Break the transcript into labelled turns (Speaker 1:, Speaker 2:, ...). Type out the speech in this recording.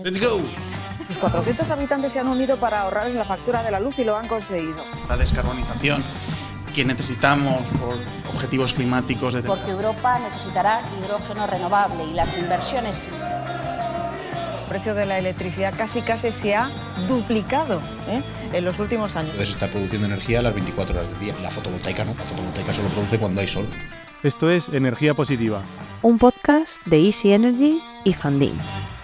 Speaker 1: Let's go.
Speaker 2: Sus 400 habitantes se han unido para ahorrar en la factura de la luz y lo han conseguido.
Speaker 1: La descarbonización que necesitamos por objetivos climáticos, etc.
Speaker 3: porque Europa necesitará hidrógeno renovable y las inversiones
Speaker 2: El precio de la electricidad casi casi se ha duplicado ¿eh? en los últimos años.
Speaker 4: Entonces está produciendo energía las 24 horas del día. La fotovoltaica no, la fotovoltaica solo produce cuando hay sol.
Speaker 5: Esto es Energía Positiva.
Speaker 6: un podcast de Easy Energy y Fandin.